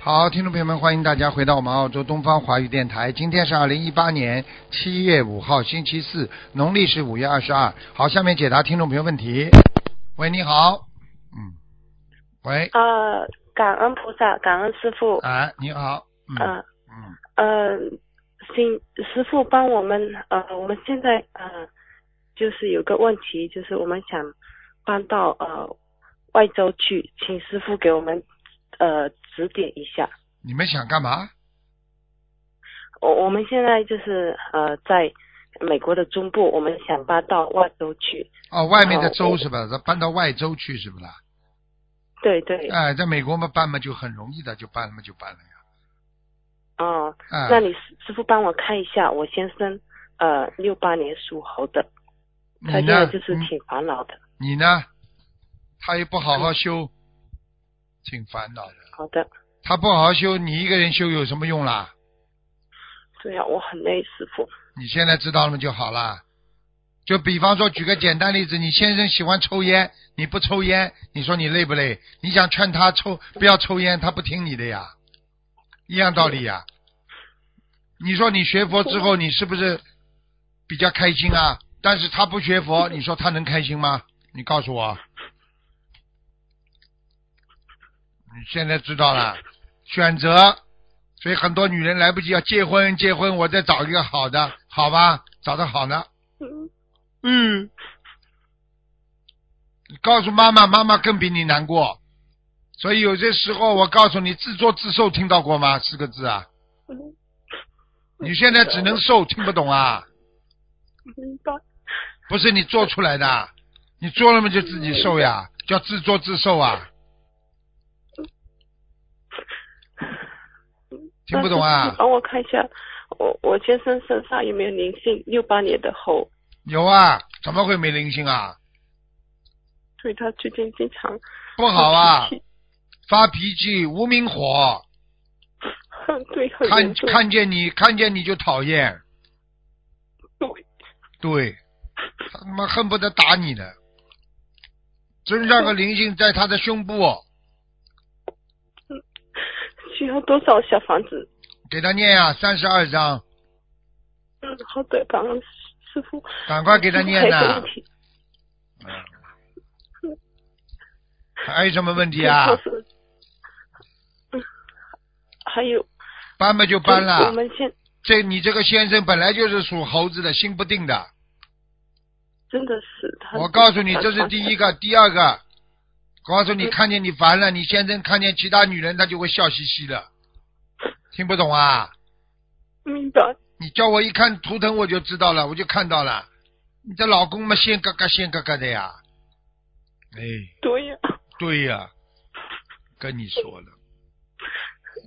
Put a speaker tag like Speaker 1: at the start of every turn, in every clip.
Speaker 1: 好，听众朋友们，欢迎大家回到我们澳洲东方华语电台。今天是二零一八年七月五号，星期四，农历是五月二十二。好，下面解答听众朋友问题。喂，你好，嗯，喂，
Speaker 2: 呃，感恩菩萨，感恩师傅。
Speaker 1: 哎，你好，嗯
Speaker 2: 呃
Speaker 1: 嗯，
Speaker 2: 呃，请师傅帮我们，呃，我们现在呃，就是有个问题，就是我们想搬到呃外州去，请师傅给我们呃指点一下。
Speaker 1: 你们想干嘛？
Speaker 2: 我我们现在就是呃在美国的中部，我们想搬到外州去。
Speaker 1: 哦，外面的
Speaker 2: 哦
Speaker 1: 州
Speaker 2: 我
Speaker 1: 是吧？搬到外州去是不啦？
Speaker 2: 对对，
Speaker 1: 哎，在美国嘛，办嘛就很容易的，就办了嘛就办了呀。
Speaker 2: 哦、
Speaker 1: 哎，
Speaker 2: 那你师师傅帮我看一下，我先生呃六八年属猴的，他
Speaker 1: 你
Speaker 2: 现在
Speaker 1: 呢？
Speaker 2: 就是
Speaker 1: 嗯
Speaker 2: 挺烦恼的。
Speaker 1: 你呢？他又不好好修，挺烦恼的。
Speaker 2: 好的。
Speaker 1: 他不好好修，你一个人修有什么用啦？
Speaker 2: 对呀、我很累，师傅。
Speaker 1: 你现在知道了吗就好啦。就比方说，举个简单例子，你先生喜欢抽烟，你不抽烟，你说你累不累？你想劝他抽不要抽烟，他不听你的呀，一样道理呀。你说你学佛之后，你是不是比较开心啊？但是他不学佛，你说他能开心吗？你告诉我，你现在知道了，选择所以很多女人来不及要结婚，结婚我再找一个好的，好吧？找的好呢，
Speaker 2: 嗯嗯
Speaker 1: 告诉妈妈，妈妈更比你难过。所以有些时候，我告诉你，自作自受，听到过吗？四个字啊，
Speaker 2: 嗯，
Speaker 1: 你现在只能受，听不懂啊？
Speaker 2: 明白。
Speaker 1: 不是你做出来的，啊你做了嘛就自己受呀，叫自作自受啊。听不懂
Speaker 2: 那师傅
Speaker 1: 啊
Speaker 2: 你？帮我看一下，我我先生身上有没有灵性？六八年的猴，
Speaker 1: 有啊，怎么会没灵性啊？
Speaker 2: 对他最近经常
Speaker 1: 不好啊
Speaker 2: 发，脾气
Speaker 1: 发脾气，无名火，
Speaker 2: 对，很
Speaker 1: 看
Speaker 2: 严重。
Speaker 1: 看见你看见你就讨厌。
Speaker 2: 对，
Speaker 1: 对，他妈恨不得打你呢。身上的灵性在他的胸部，
Speaker 2: 需要多少小房子？
Speaker 1: 给他念啊，三十二章，
Speaker 2: 嗯，好的，感恩师傅。
Speaker 1: 赶快给他念
Speaker 2: 师傅还有
Speaker 1: 呐 还有什
Speaker 2: 个问、题
Speaker 1: 么问题 啊？
Speaker 2: 就是嗯还有
Speaker 1: 搬嘛就搬
Speaker 2: 就是我
Speaker 1: 了。
Speaker 2: 们现
Speaker 1: 这你这个先生本来就是属猴子的，心不定的。
Speaker 2: 真的是他。
Speaker 1: 我告诉你，这是第一个，第二个。告诉你，看见你烦了，你先生看见其他女人，他就会笑嘻嘻的。听不懂啊？
Speaker 2: 明白。
Speaker 1: 你叫我一看图腾我就知道了，我就看到了，你的老公嘛，仙嘎嘎仙嘎嘎的呀，哎，
Speaker 2: 对呀、
Speaker 1: 对呀，跟你说了，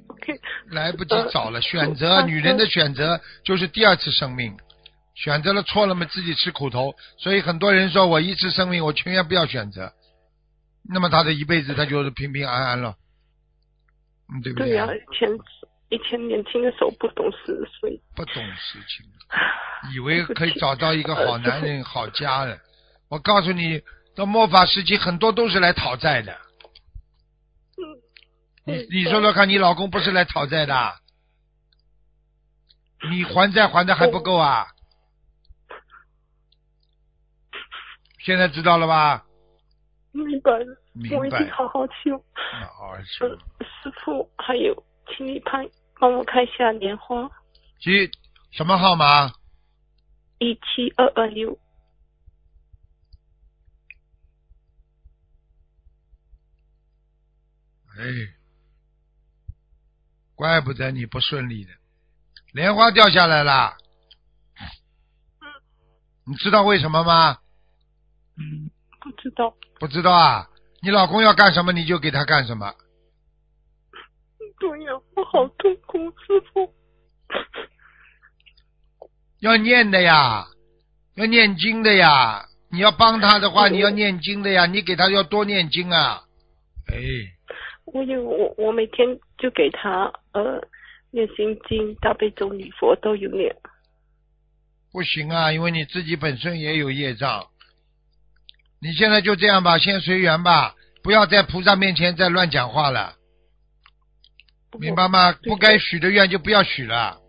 Speaker 2: o k
Speaker 1: 来不及找了，选择
Speaker 2: 呃
Speaker 1: 女人的选择就是第二次生命，选择了错了嘛，自己吃苦头，所以很多人说我一次生命我情愿不要选择，那么他的一辈子他就是平平安安了，嗯，对不
Speaker 2: 对
Speaker 1: 对
Speaker 2: 呀、以前以前年轻的时候不懂事，所以
Speaker 1: 不懂事情。以为可以找到一个好男人、好家人。我告诉你，到末法时期，很多都是来讨债的。你你说说看，你老公不是来讨债的？你还债还的还不够啊？现在知道了吧？
Speaker 2: 明白了，
Speaker 1: 明
Speaker 2: 我一
Speaker 1: 白。
Speaker 2: 定好好修。
Speaker 1: 哦
Speaker 2: 呃
Speaker 1: 是
Speaker 2: 师傅，还有，请你帮帮我看一下莲花
Speaker 1: 几什么号码？
Speaker 2: 一七二二六，
Speaker 1: 哎，怪不得你不顺利的，莲花掉下来了。你知道为什么吗？
Speaker 2: 不知道，
Speaker 1: 不知道啊。你老公要干什么，你就给他干什么。
Speaker 2: 对呀、我好痛苦，师傅。
Speaker 1: 要念的呀，要念经的呀。你要帮他的话，
Speaker 2: 嗯
Speaker 1: 你要念经的呀。你给他要多念经啊。哎，
Speaker 2: 我有我我每天就给他呃念心经、大悲咒、礼佛都有念。
Speaker 1: 不行啊，因为你自己本身也有业障。你现在就这样吧，先随缘吧，不要在菩萨面前再乱讲话了。
Speaker 2: 不过
Speaker 1: 明白吗？
Speaker 2: 对
Speaker 1: 不该许的愿就不要许了，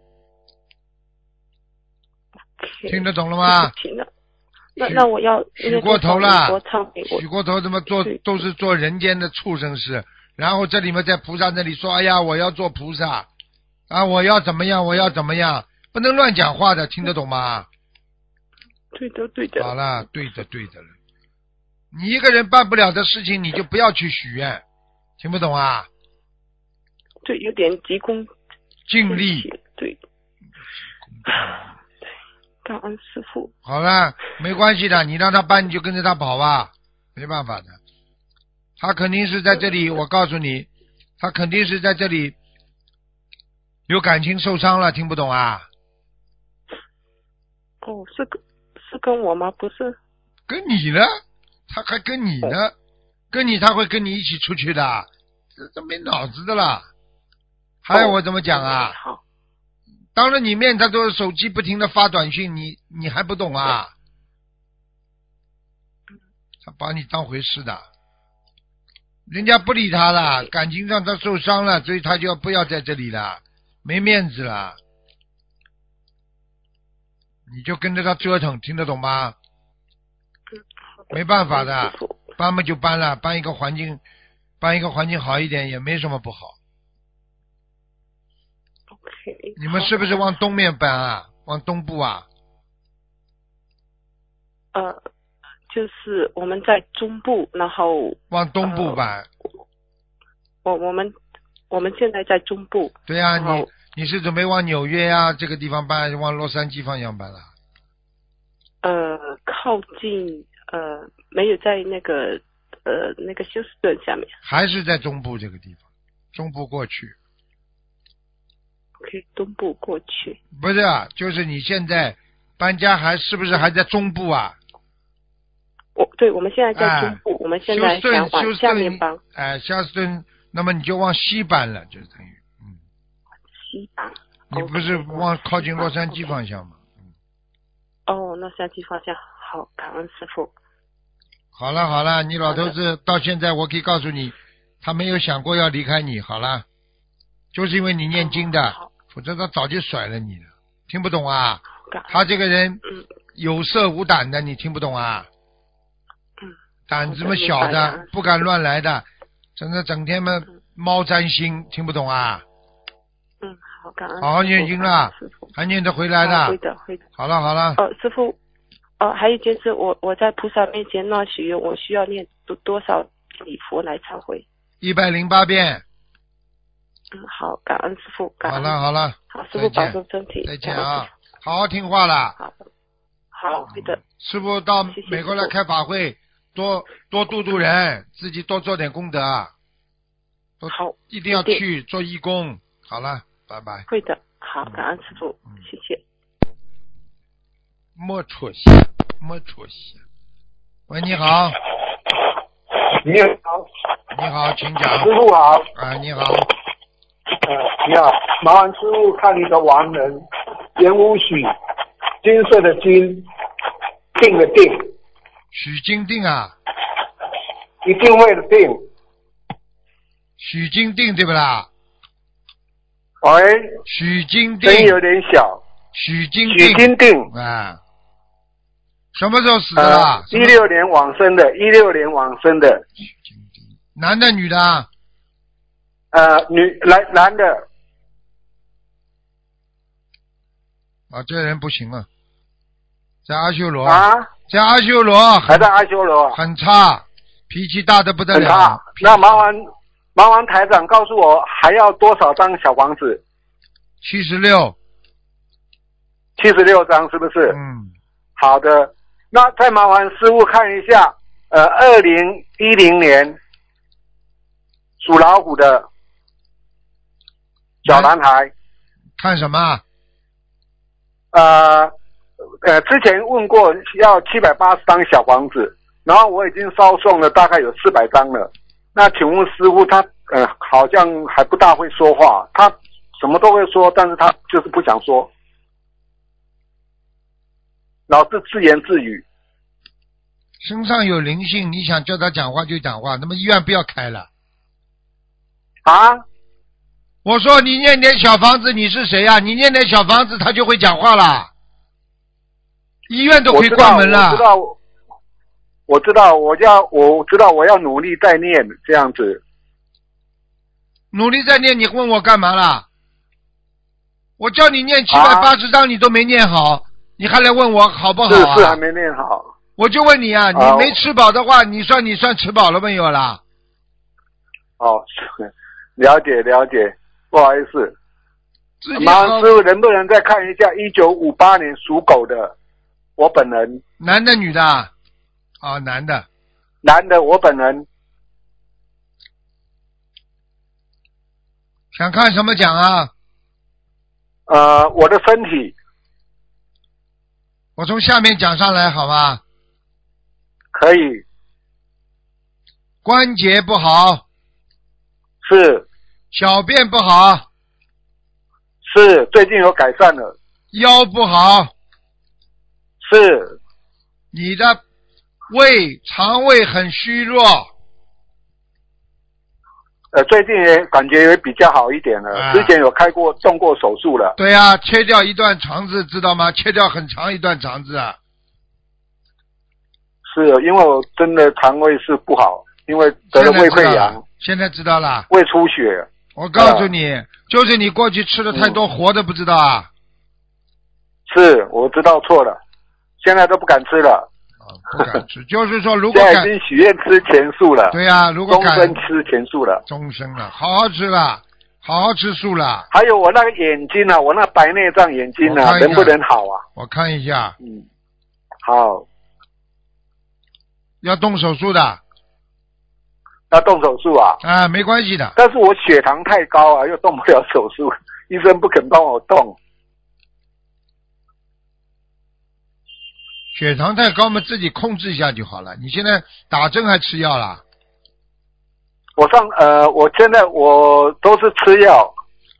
Speaker 2: OK
Speaker 1: 听得懂了吗？
Speaker 2: 行了，那
Speaker 1: 许
Speaker 2: 那我要
Speaker 1: 许过头了
Speaker 2: 我忏悔，我
Speaker 1: 许过头怎么做
Speaker 2: 对
Speaker 1: 都是做人间的畜生事，然后这里面在菩萨那里说，哎呀，我要做菩萨，啊，我要怎么样，我要怎么样，不能乱讲话的，听得懂吗？
Speaker 2: 对的 对
Speaker 1: 好
Speaker 2: 的，
Speaker 1: 了，对的对的了，你一个人办不了的事情，你就不要去许愿，听不懂啊？
Speaker 2: 对，有点急功
Speaker 1: 尽
Speaker 2: 近
Speaker 1: 力，
Speaker 2: 利，对，感恩师傅，
Speaker 1: 好了，没关系的，你让他搬你就跟着他跑吧，没办法的。他肯定是在这里，我告诉你，他肯定是在这里有感情受伤了，听不懂啊？
Speaker 2: 哦，是跟是跟我吗？不是，
Speaker 1: 跟你呢，他还跟你呢，跟你他会跟你一起出去的，这这没脑子的啦，还要我怎么讲啊？
Speaker 2: 好，
Speaker 1: 当着你面他都是手机不停的发短信，你你还不懂啊？他把你当回事的，人家不理他了，感情上他受伤了，所以他就要不要在这里了，没面子了。你就跟着他折腾，听得懂吗？没办法的
Speaker 2: 师傅，
Speaker 1: 搬嘛就搬了，搬一个环境，搬一个环境好一点也没什么不好。
Speaker 2: OK，
Speaker 1: 你们是不是往东面搬啊？往东部啊？
Speaker 2: 好呃，就是我们在中部，然后
Speaker 1: 往东部搬。
Speaker 2: 我我们我们现在在中部，
Speaker 1: 对呀、
Speaker 2: 然后
Speaker 1: 你你是准备往纽约呀、这个地方搬，还是往洛杉矶方向搬啊了？
Speaker 2: 呃靠近呃没有在那个呃那个休斯顿下面
Speaker 1: 还是在中部这个地方？中部过去
Speaker 2: ，OK 东部过去，
Speaker 1: 不是、啊，就是你现在搬家还是不是还在中部啊？
Speaker 2: 我对我们现在在中部，我们
Speaker 1: 休
Speaker 2: 现在
Speaker 1: 斯
Speaker 2: 想
Speaker 1: 顿，
Speaker 2: 往
Speaker 1: 休斯
Speaker 2: 下面
Speaker 1: 顿
Speaker 2: 搬，
Speaker 1: 哎，休斯顿，那么你就往西搬了，就等于，嗯，
Speaker 2: 西搬。
Speaker 1: 你不是
Speaker 2: 哦 OK，
Speaker 1: 往靠近洛杉矶
Speaker 2: 西搬
Speaker 1: 方向吗？
Speaker 2: 哦，那下期方向好，感恩师傅。
Speaker 1: 好了好了，你老头子到现在，我可以告诉你，他没有想过要离开你。好了，就是因为你念经的，
Speaker 2: 哦好
Speaker 1: 否则他早就甩了你了。听不懂啊？
Speaker 2: 感恩
Speaker 1: 他这个人
Speaker 2: 嗯
Speaker 1: 有色无胆的，你听不懂啊？
Speaker 2: 嗯，
Speaker 1: 胆子么小
Speaker 2: 我明白
Speaker 1: 的
Speaker 2: 了，
Speaker 1: 不敢乱来的，真的整天嘛猫占心，听不懂啊？
Speaker 2: 嗯，好，感恩师傅。
Speaker 1: 好好念经啦
Speaker 2: 感恩师傅。
Speaker 1: 还念得回来
Speaker 2: 啊会
Speaker 1: 的？
Speaker 2: 的，会的。
Speaker 1: 好了好了，
Speaker 2: 呃，师傅，呃，还有一件事，我我在菩萨面前那许愿，我需要念多多少礼佛来忏悔？
Speaker 1: 一百零八遍。
Speaker 2: 嗯，好，感恩师傅，感
Speaker 1: 好
Speaker 2: 恩。
Speaker 1: 了好了，
Speaker 2: 好，师傅
Speaker 1: 再
Speaker 2: 保
Speaker 1: 见
Speaker 2: 重身体。
Speaker 1: 再见
Speaker 2: 感恩师
Speaker 1: 啊！嗯好好听话啦。
Speaker 2: 父！好，好，会的。
Speaker 1: 师傅到
Speaker 2: 谢谢
Speaker 1: 美国
Speaker 2: 师
Speaker 1: 来
Speaker 2: 傅
Speaker 1: 开法会，多多度度人，自己多做点功德，我
Speaker 2: 好，
Speaker 1: 一定要
Speaker 2: 一定
Speaker 1: 去做义工。好了，拜拜。
Speaker 2: 会的。好，
Speaker 1: 嗯
Speaker 2: 感恩师傅，谢谢。
Speaker 1: 莫出息，莫出息。喂，你好，
Speaker 3: 你好，
Speaker 1: 你好，请
Speaker 3: 师
Speaker 1: 讲。
Speaker 3: 傅好，
Speaker 1: 啊，你好，
Speaker 3: 呃，你好，麻烦师傅看一个亡人，言无许，金色的金，定的定，
Speaker 1: 许金定啊，
Speaker 3: 一定会的定，
Speaker 1: 许金定对不啦？
Speaker 3: 喂，
Speaker 1: 许金定
Speaker 3: 哎声，音有点小，
Speaker 1: 许金
Speaker 3: 许
Speaker 1: 定
Speaker 3: 金定，
Speaker 1: 啊，什么时候死的
Speaker 3: 呃
Speaker 1: 啦，？什
Speaker 3: 一
Speaker 1: 么
Speaker 3: 六年往生的，一六年往生的，
Speaker 1: 男的女的啊？
Speaker 3: 呃，女男男的，
Speaker 1: 啊，这人不行啊，在阿修罗
Speaker 3: 啊，
Speaker 1: 在阿修罗啊
Speaker 3: 还
Speaker 1: 很
Speaker 3: 在阿修罗，啊
Speaker 1: 很差，脾气大的不得
Speaker 3: 很
Speaker 1: 了
Speaker 3: 差。，那麻烦麻烦台长告诉我还要多少张小房子？
Speaker 1: 七十六，
Speaker 3: 七十六张是不是？
Speaker 1: 嗯，
Speaker 3: 好的，那再麻烦师傅看一下，呃，二零一零年属老虎的小男孩，
Speaker 1: 看什么？啊
Speaker 3: 呃呃，之前问过要七百八十张小房子，然后我已经烧送了大概有四百张了。那请问师傅他呃好像还不大会说话，他什么都会说，但是他就是不想说，老是自言自语。
Speaker 1: 身上有灵性，你想叫他讲话就讲话，那么医院不要开了，
Speaker 3: 啊，
Speaker 1: 我说你念点小房子，你是谁呀、啊你念点小房子，他就会讲话啦。医院都
Speaker 3: 我
Speaker 1: 可以
Speaker 3: 知道，
Speaker 1: 关门
Speaker 3: 我
Speaker 1: 了
Speaker 3: 知。道，我知道，我要我知道我要努力再念这样子。
Speaker 1: 努力在念，你问我干嘛啦？我叫你念七
Speaker 3: 啊
Speaker 1: 百八十章，你都没念好，你还来问我好不好啊？
Speaker 3: 是是还没念好，
Speaker 1: 我就问你啊，你
Speaker 3: 啊
Speaker 1: 没
Speaker 3: 我
Speaker 1: 吃饱的话，你算你算吃饱了没有啦？
Speaker 3: 哦， 是了解了解，不好意思。
Speaker 1: 自己哦
Speaker 3: 麻
Speaker 1: 好
Speaker 3: 烦师傅能不能再看一下一九五八年属狗的我本人，
Speaker 1: 男的女的啊？啊，男的，
Speaker 3: 男的我本人，
Speaker 1: 想看什么奖啊？
Speaker 3: 呃，我的身体
Speaker 1: 我从下面讲上来好吗？
Speaker 3: 可以
Speaker 1: 关节不好，
Speaker 3: 是
Speaker 1: 小便不好，
Speaker 3: 是最近有改善了，
Speaker 1: 腰不好，
Speaker 3: 是
Speaker 1: 你的胃肠胃很虚弱
Speaker 3: 呃最近也感觉也比较好一点了，
Speaker 1: 啊
Speaker 3: 之前有开过动过手术了，
Speaker 1: 对啊，切掉一段肠子，知道吗？切掉很长一段肠子啊。
Speaker 3: 是因为我真的肠胃是不好，因为得
Speaker 1: 现
Speaker 3: 了
Speaker 1: 在
Speaker 3: 胃
Speaker 1: 知
Speaker 3: 溃
Speaker 1: 道
Speaker 3: 疡
Speaker 1: 了，、现在知道了。
Speaker 3: 胃出血，
Speaker 1: 我告诉你，
Speaker 3: 啊
Speaker 1: 就是你过去吃的太多活的，不知道啊。
Speaker 3: 是我知道错了，现在都不敢吃了，
Speaker 1: 啊不敢吃，就是说如
Speaker 3: 现
Speaker 1: 果
Speaker 3: 在
Speaker 1: 敢
Speaker 3: 已，经许愿吃前素了，
Speaker 1: 对呀、如果
Speaker 3: 终
Speaker 1: 敢
Speaker 3: 身吃前素了。
Speaker 1: 终身了，好好吃了，好好吃素了。
Speaker 3: 还有我那个眼睛啊，我那白内障眼睛
Speaker 1: 我
Speaker 3: 啊，
Speaker 1: 看一下
Speaker 3: 能不能好啊？
Speaker 1: 我看一下，
Speaker 3: 嗯，好，
Speaker 1: 要动手术的
Speaker 3: 要动手术啊。
Speaker 1: 啊，没关系的。
Speaker 3: 但是我血糖太高啊，又动不了手术， 医生不肯帮我动。
Speaker 1: 血糖太高嘛，自己控制一下就好了。你现在打针还吃药啦？
Speaker 3: 我上呃，我现在我都是吃药，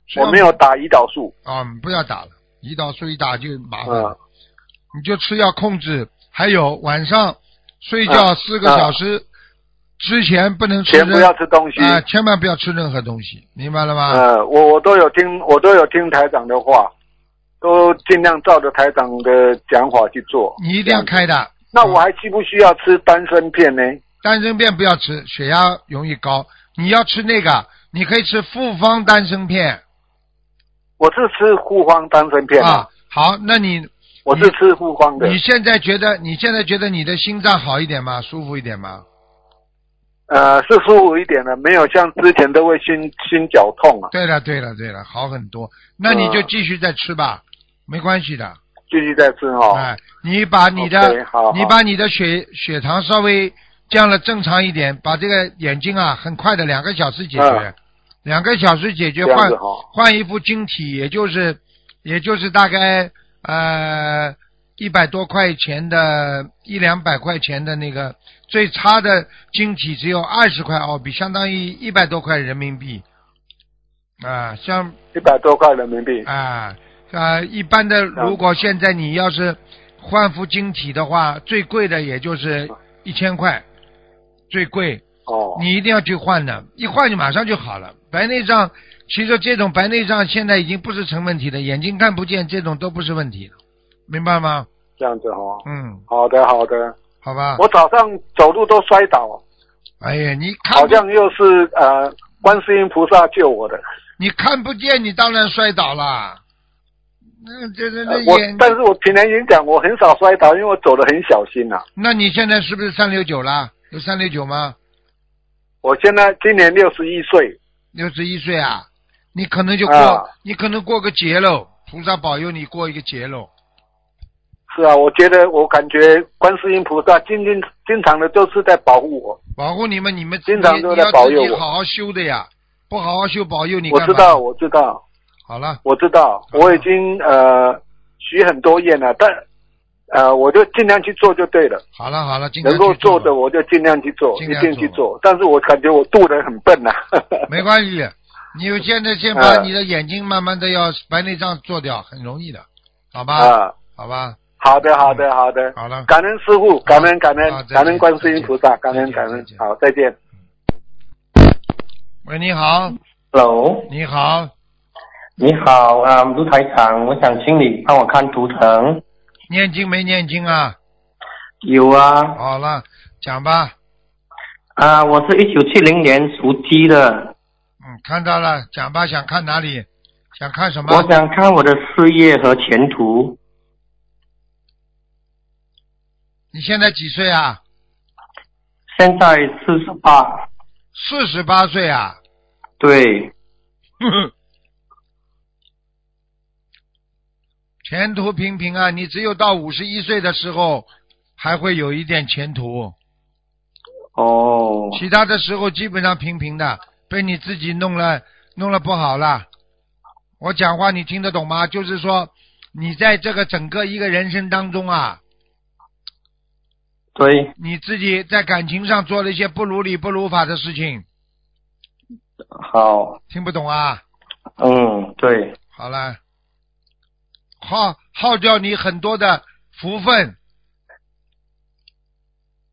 Speaker 1: 吃药
Speaker 3: 我没有打胰岛素。
Speaker 1: 啊，不要打了，胰岛素一打就麻烦了。
Speaker 3: 嗯，
Speaker 1: 你就吃药控制，还有晚上睡觉
Speaker 3: 啊
Speaker 1: 四个小时之前不能吃
Speaker 3: 钱
Speaker 1: 任
Speaker 3: 不要吃东西。
Speaker 1: 啊，千万不要吃任何东西，明白了吗？
Speaker 3: 呃，我我都有听，我都有听台长的话，都尽量照着台长的讲法去做。
Speaker 1: 你一定要
Speaker 3: 这样子。
Speaker 1: 开的。
Speaker 3: 那我还需不需要吃丹参片呢？
Speaker 1: 丹参片不要吃，血压容易高。你要吃那个，你可以吃复方丹参片
Speaker 3: 我是吃复方丹参片
Speaker 1: 啊。好，那你
Speaker 3: 我是吃复方的，
Speaker 1: 你现在觉得你现在觉得你的心脏好一点吗？舒服一点吗？
Speaker 3: 呃，是舒服一点的，没有像之前都会心心绞痛啊。
Speaker 1: 对了对了对了，好很多。那你就
Speaker 3: 嗯
Speaker 1: 继续再吃吧，没关系的。
Speaker 3: 继续再吃哦。
Speaker 1: 哎，你把你的
Speaker 3: OK，好好
Speaker 1: 你把你的血血糖稍微降了正常一点，把这个眼睛啊，很快的两个小时解决，
Speaker 3: 嗯
Speaker 1: 两个小时解决
Speaker 3: 这样
Speaker 1: 换
Speaker 3: 子哦
Speaker 1: 换一副晶体，也就是也就是大概呃一百多块钱的一两百块钱的那个最差的晶体只有二十块澳币，相当于一百多块人民币啊、像
Speaker 3: 一百多块人民币，
Speaker 1: 啊啊，一般的，
Speaker 3: 样
Speaker 1: 如果现在你要是换副晶体的话，最贵的也就是一千块，最贵，
Speaker 3: 哦，
Speaker 1: 你一定要去换的，一换就马上就好了。白内障，其实这种白内障现在已经不是成问题的，眼睛看不见这种都不是问题了，明白吗？
Speaker 3: 这样子哦。
Speaker 1: 嗯，
Speaker 3: 好的，好的。
Speaker 1: 好吧。
Speaker 3: 我早上走路都摔倒，
Speaker 1: 哎呀，你看
Speaker 3: 好
Speaker 1: 不
Speaker 3: 像又是呃观世音菩萨救我的。
Speaker 1: 你看不见，你当然摔倒啦。那这这
Speaker 3: 呃
Speaker 1: 这
Speaker 3: 我
Speaker 1: 眼，
Speaker 3: 但是我平常演讲我很少摔倒，因为我走得很小心啊呐、
Speaker 1: 那你现在是不是三六九啦？有三六九吗？
Speaker 3: 我现在今年六十一岁，
Speaker 1: 六十一岁啊，你可能就过，
Speaker 3: 嗯啊
Speaker 1: 你可能过个节喽。菩萨保佑你过一个节喽。
Speaker 3: 是啊，我觉得我感觉观世音菩萨经经经常的都是在保护我。
Speaker 1: 保护你们，你们
Speaker 3: 经常
Speaker 1: 你
Speaker 3: 都
Speaker 1: 你
Speaker 3: 在
Speaker 1: 要
Speaker 3: 保
Speaker 1: 自
Speaker 3: 佑
Speaker 1: 己
Speaker 3: 我
Speaker 1: 好好修的呀，不好好修保佑你
Speaker 3: 我
Speaker 1: 干嘛？
Speaker 3: 知道，我知道。
Speaker 1: 好了，
Speaker 3: 我知道，
Speaker 1: 嗯
Speaker 3: 我已经呃许很多愿啊了，但呃我就尽量去做就对了，
Speaker 1: 好了，好了，今天
Speaker 3: 能够
Speaker 1: 去做
Speaker 3: 做的我就尽量去做，
Speaker 1: 尽
Speaker 3: 一
Speaker 1: 量
Speaker 3: 定去
Speaker 1: 做
Speaker 3: 做。但是我感觉我渡人很笨啊呐、
Speaker 1: 没关系。你现在先把
Speaker 3: 嗯
Speaker 1: 你的眼睛慢慢的要白内障做掉，很容易的，好吧？
Speaker 3: 啊，
Speaker 1: 好吧，
Speaker 3: 好的，好的，好的，
Speaker 1: 好了。
Speaker 3: 感恩师傅，感恩感恩
Speaker 1: 好啊再见
Speaker 3: 感恩观世音菩萨，感
Speaker 1: 再
Speaker 3: 恩
Speaker 1: 见
Speaker 3: 感
Speaker 1: 再
Speaker 3: 恩，
Speaker 1: 见
Speaker 3: 好，再见。
Speaker 1: 喂，你好，
Speaker 4: Hello，
Speaker 1: 你好，
Speaker 4: 你好啊，卢台长，我想请你帮我看图腾。
Speaker 1: 念经没念经啊？
Speaker 4: 有啊，
Speaker 1: 好了，讲吧。
Speaker 4: 啊，我是一九七零年属鸡的，
Speaker 1: 嗯，看到了，讲吧，想看哪里？想看什么？
Speaker 4: 我想看我的事业和前途。
Speaker 1: 你现在几岁啊？
Speaker 4: 现在四十八，
Speaker 1: 四十八岁啊？
Speaker 4: 对，
Speaker 1: 哼哼前途平平啊！你只有到五十一岁的时候，还会有一点前途，
Speaker 4: 哦，
Speaker 1: 其他的时候基本上平平的，被你自己弄了弄了不好了。我讲话你听得懂吗？就是说，你在这个整个一个人生当中啊，
Speaker 4: 对，
Speaker 1: 你自己在感情上做了一些不如理不如法的事情，
Speaker 4: 好，
Speaker 1: 听不懂啊？
Speaker 4: 嗯，对，
Speaker 1: 好了，耗耗掉你很多的福分，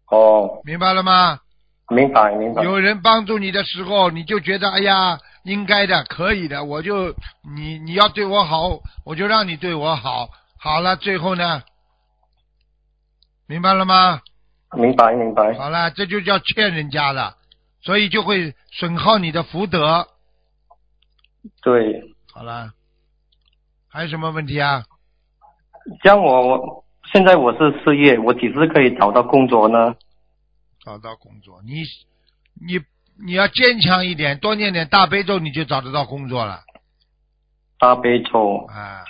Speaker 4: 哦，
Speaker 1: 明白了吗？
Speaker 4: 明白明白，
Speaker 1: 有人帮助你的时候，你就觉得哎呀，应该的，可以的，我就你你要对我好，我就让你对我好。好了，最后呢，明白了吗？
Speaker 4: 明白明白，
Speaker 1: 好了，这就叫欠人家了，所以就会损耗你的福德。
Speaker 4: 对，
Speaker 1: 好了，还有什么问题啊？
Speaker 4: 像我我现在我是失业，我几时可以找到工作呢？
Speaker 1: 找到工作，你你你要坚强一点，多念点大悲咒，你就找得到工作了
Speaker 4: 大悲咒，
Speaker 1: 啊。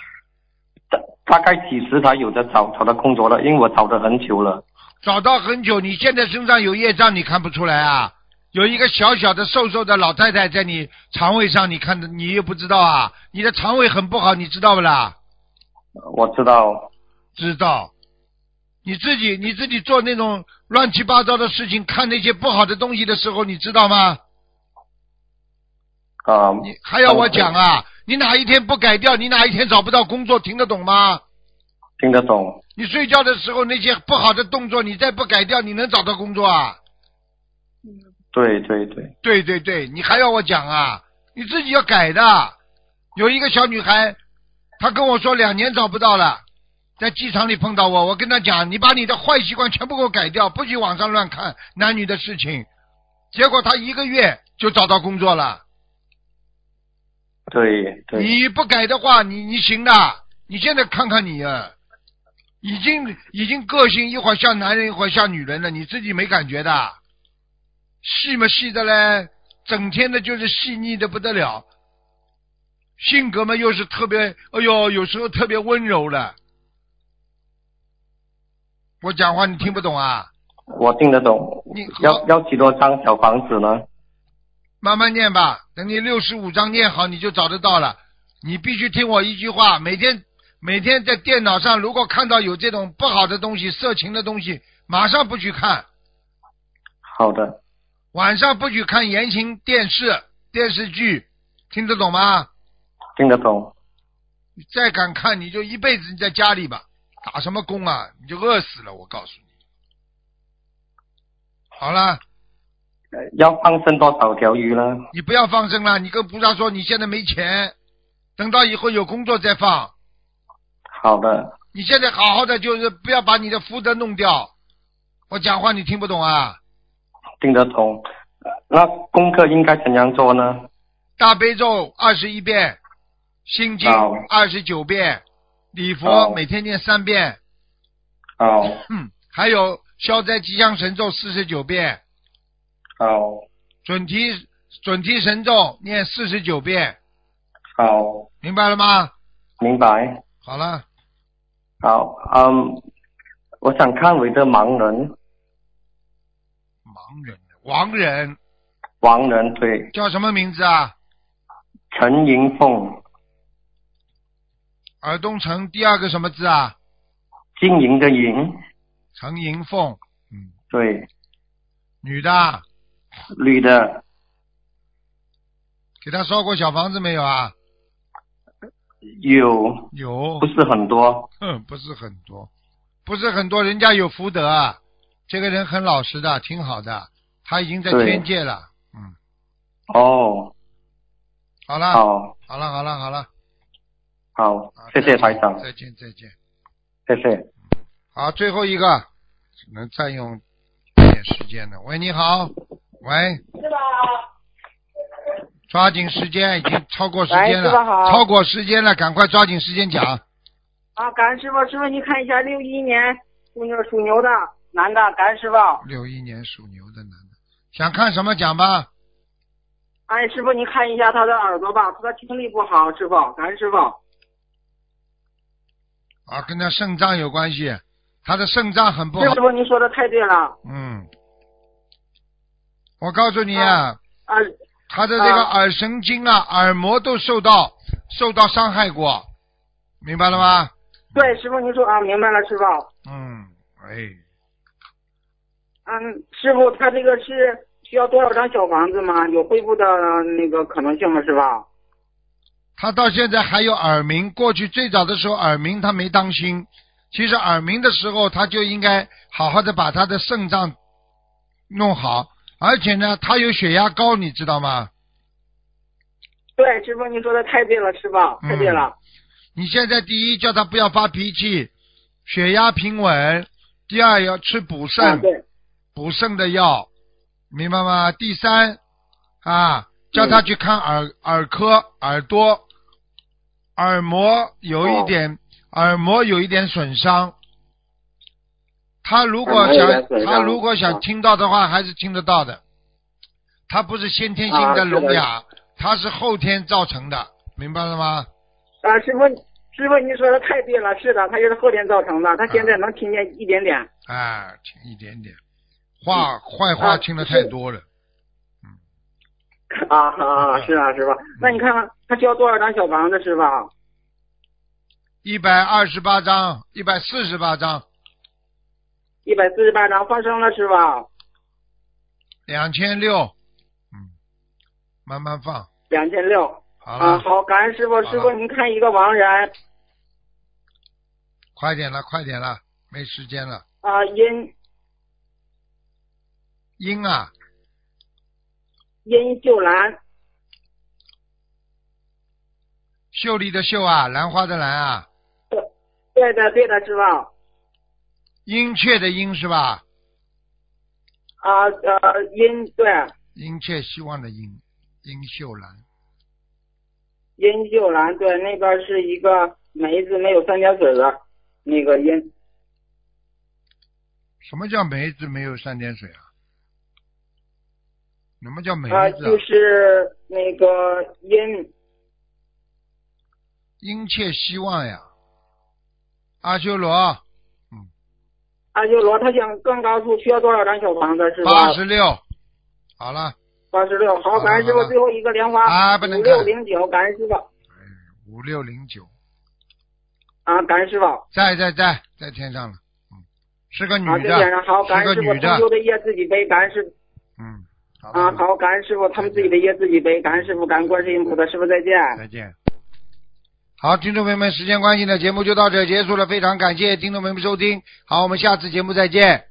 Speaker 4: 大大概几时才有的找找到工作了？因为我找了很久了。
Speaker 1: 找到很久，你现在身上有业障，你看不出来啊？有一个小小的、瘦瘦的老太太在你肠胃上，你看的你又不知道啊？你的肠胃很不好，你知道不啦？
Speaker 4: 我知道，
Speaker 1: 知道。你自己你自己做那种乱七八糟的事情，看那些不好的东西的时候，你知道吗？
Speaker 4: 啊、
Speaker 1: 你还要我讲啊？你哪一天不改掉，你哪一天找不到工作，听得懂吗？
Speaker 4: 听得懂，
Speaker 1: 你睡觉的时候那些不好的动作，你再不改掉，你能找到工作啊？
Speaker 4: 对对对，
Speaker 1: 对对对，你还要我讲啊？你自己要改的。有一个小女孩，她跟我说两年找不到了，在机场里碰到我，我跟她讲，你把你的坏习惯全部给我改掉，不许网上乱看男女的事情。结果她一个月就找到工作了。
Speaker 4: 对对，
Speaker 1: 你不改的话，你你行的。你现在看看你啊，已经已经个性一会儿像男人一会儿像女人了，你自己没感觉的？细嘛细的嘞，整天的就是细腻的不得了。性格嘛又是特别，哎呦，有时候特别温柔了。我讲话你听不懂啊？
Speaker 4: 我听得懂
Speaker 1: 你。
Speaker 4: 要要几多张小房子呢？
Speaker 1: 慢慢念吧，等你六十五章念好，你就找得到了。你必须听我一句话，每天每天在电脑上，如果看到有这种不好的东西、色情的东西，马上不许看，
Speaker 4: 好的，
Speaker 1: 晚上不许看言情电视、电视剧，听得懂吗？
Speaker 4: 听得懂。
Speaker 1: 你再敢看，你就一辈子你在家里吧，打什么工啊？你就饿死了，我告诉你。好了，
Speaker 4: 呃要放生多少条鱼呢？
Speaker 1: 你不要放生了，你跟菩萨说你现在没钱，等到以后有工作再放。
Speaker 4: 好的，
Speaker 1: 你现在好好的，就是不要把你的福德弄掉。我讲话你听不懂啊？
Speaker 4: 听得懂。呃那功课应该怎样做呢？
Speaker 1: 大悲咒二十一遍，心经
Speaker 4: 好
Speaker 1: 二十九遍，礼佛
Speaker 4: 好
Speaker 1: 每天念三遍，
Speaker 4: 好，
Speaker 1: 嗯，还有消灾吉祥神咒四十九遍，
Speaker 4: 好，
Speaker 1: 准提准提神咒念四十九遍，
Speaker 4: 好，
Speaker 1: 明白了吗？
Speaker 4: 明白。
Speaker 1: 好了，
Speaker 4: 好，嗯，我想看我的盲人，
Speaker 1: 盲人王人
Speaker 4: 盲人对，
Speaker 1: 叫什么名字啊？
Speaker 4: 陈银凤，
Speaker 1: 耳东城第二个什么字啊？
Speaker 4: 金银的银，
Speaker 1: 陈银凤，嗯，
Speaker 4: 对，
Speaker 1: 女的啊，
Speaker 4: 绿的，
Speaker 1: 给她烧过小房子没有啊？
Speaker 4: 有，
Speaker 1: 有
Speaker 4: 不，是很多，
Speaker 1: 嗯，不是很多，不是很多，人家有福德啊，这个人很老实的，挺好的，他已经在
Speaker 4: 对
Speaker 1: 天界了，嗯，
Speaker 4: 哦，
Speaker 1: 好了，
Speaker 4: 好，
Speaker 1: 好了，好了，好了，
Speaker 4: 好
Speaker 1: 好，
Speaker 4: 谢谢
Speaker 1: 再
Speaker 4: 台
Speaker 1: 见
Speaker 4: 长，
Speaker 1: 再见，再见。
Speaker 4: 谢谢。
Speaker 1: 好，最后一个，只能占用一点时间了。喂，你好，喂，抓紧时间，已经超过时间
Speaker 5: 喂师傅
Speaker 1: 了，
Speaker 5: 好
Speaker 1: 超过时间了，赶快抓紧时间讲。
Speaker 5: 啊，感恩师傅，师傅您看一下六一年属牛属牛的男的，感恩师傅。
Speaker 1: 六一年属牛的男的，想看什么讲吧？
Speaker 5: 哎，师傅您看一下他的耳朵吧，他听力不好，师傅，感恩师傅。
Speaker 1: 啊，跟他肾脏有关系，他的肾脏很不好
Speaker 5: 师。傅您说的太对了，
Speaker 1: 嗯，我告诉你啊，
Speaker 5: 啊，
Speaker 1: 他的这个
Speaker 5: 啊
Speaker 1: 耳神经啊、耳膜都受到受到伤害过，明白了吗？
Speaker 5: 对，师傅您说啊，明白了，师傅。
Speaker 1: 嗯，哎，
Speaker 5: 嗯，师傅他这个是需要多少张小房子吗？有恢复的那个可能性吗？师傅？
Speaker 1: 他到现在还有耳鸣，过去最早的时候耳鸣他没当心，其实耳鸣的时候他就应该好好的把他的肾脏弄好，而且呢，他有血压高，你知道吗？
Speaker 5: 对，师傅您说的太对了，师傅，太对了。
Speaker 1: 你现在第一叫他不要发脾气，血压平稳；第二要吃补肾，
Speaker 5: 啊，对，
Speaker 1: 补肾的药，明白吗？第三啊，叫他去看耳、耳科，耳朵耳膜有一
Speaker 5: 哦
Speaker 1: 点、耳膜有一点损伤。他如
Speaker 5: 耳
Speaker 1: 果
Speaker 5: 膜有
Speaker 1: 想
Speaker 5: 点损伤
Speaker 1: 他如果想
Speaker 5: 啊
Speaker 1: 听到的话，还是听得到的。他不是先天性
Speaker 5: 啊
Speaker 1: 的
Speaker 5: 是的
Speaker 1: 聋哑，他是后天造成的，明白了吗？
Speaker 5: 啊，师傅，师傅您说的太对了，是的，他就是后天造成的，他现在能听见一点点。
Speaker 1: 啊，听一点点，话、坏话
Speaker 5: 嗯啊
Speaker 1: 听得
Speaker 5: 不
Speaker 1: 太
Speaker 5: 是
Speaker 1: 多了。
Speaker 5: 啊啊啊！是啊，师傅，那你看看他需要多少张小房子，师傅？
Speaker 1: 一百二十八章，一百四十八章，
Speaker 5: 一百四十八张放生了，师傅。
Speaker 1: 两千六，嗯，慢慢放，
Speaker 5: 两千六
Speaker 1: 好了，
Speaker 5: 啊！好，感恩师
Speaker 1: 好
Speaker 5: 傅，
Speaker 1: 了
Speaker 5: 师傅您看一个亡人
Speaker 1: 快点了，快点了，没时间了。
Speaker 5: 啊，殷
Speaker 1: 英啊，
Speaker 5: 殷秀兰
Speaker 1: 秀丽的秀啊，兰花的兰啊，
Speaker 5: 对的，对的，师傅。
Speaker 1: 殷切的殷是吧？
Speaker 5: 啊呃，殷对
Speaker 1: 殷切希望的殷，殷秀兰，
Speaker 5: 殷秀兰对，那边是一个梅字没有三点水的，那个殷
Speaker 1: 什么叫梅子没有三点水啊？什么叫梅
Speaker 5: 啊，
Speaker 1: 子、
Speaker 5: 就
Speaker 1: 啊？
Speaker 5: 是那个殷
Speaker 1: 殷切希望呀，阿修罗
Speaker 5: 阿修罗，他想更高处需要多少张小房子，师傅？
Speaker 1: 八十六，好了，
Speaker 5: 八十六，好，感恩师
Speaker 1: 好
Speaker 5: 傅
Speaker 1: 了，
Speaker 5: 最后一个莲花
Speaker 1: 啊不能
Speaker 5: 五
Speaker 1: 看
Speaker 5: 六零九，感恩师傅
Speaker 1: 五六零九，
Speaker 5: 啊，感恩师傅啊，
Speaker 1: 在在在在天上了，嗯，是个女
Speaker 5: 这点
Speaker 1: 的，
Speaker 5: 上好，感
Speaker 1: 是
Speaker 5: 恩
Speaker 1: 个
Speaker 5: 师傅，
Speaker 1: 女
Speaker 5: 同修
Speaker 1: 的，
Speaker 5: 的业自己背，感恩师
Speaker 1: 嗯，好吧
Speaker 5: 啊，好，感恩师傅，他们自己的业自己背，感恩师傅，感恩观世音菩萨，师傅再见。
Speaker 1: 再见。好，听众朋友们，时间关系呢，节目就到这儿结束了，非常感谢听众朋友们收听，好，我们下次节目再见。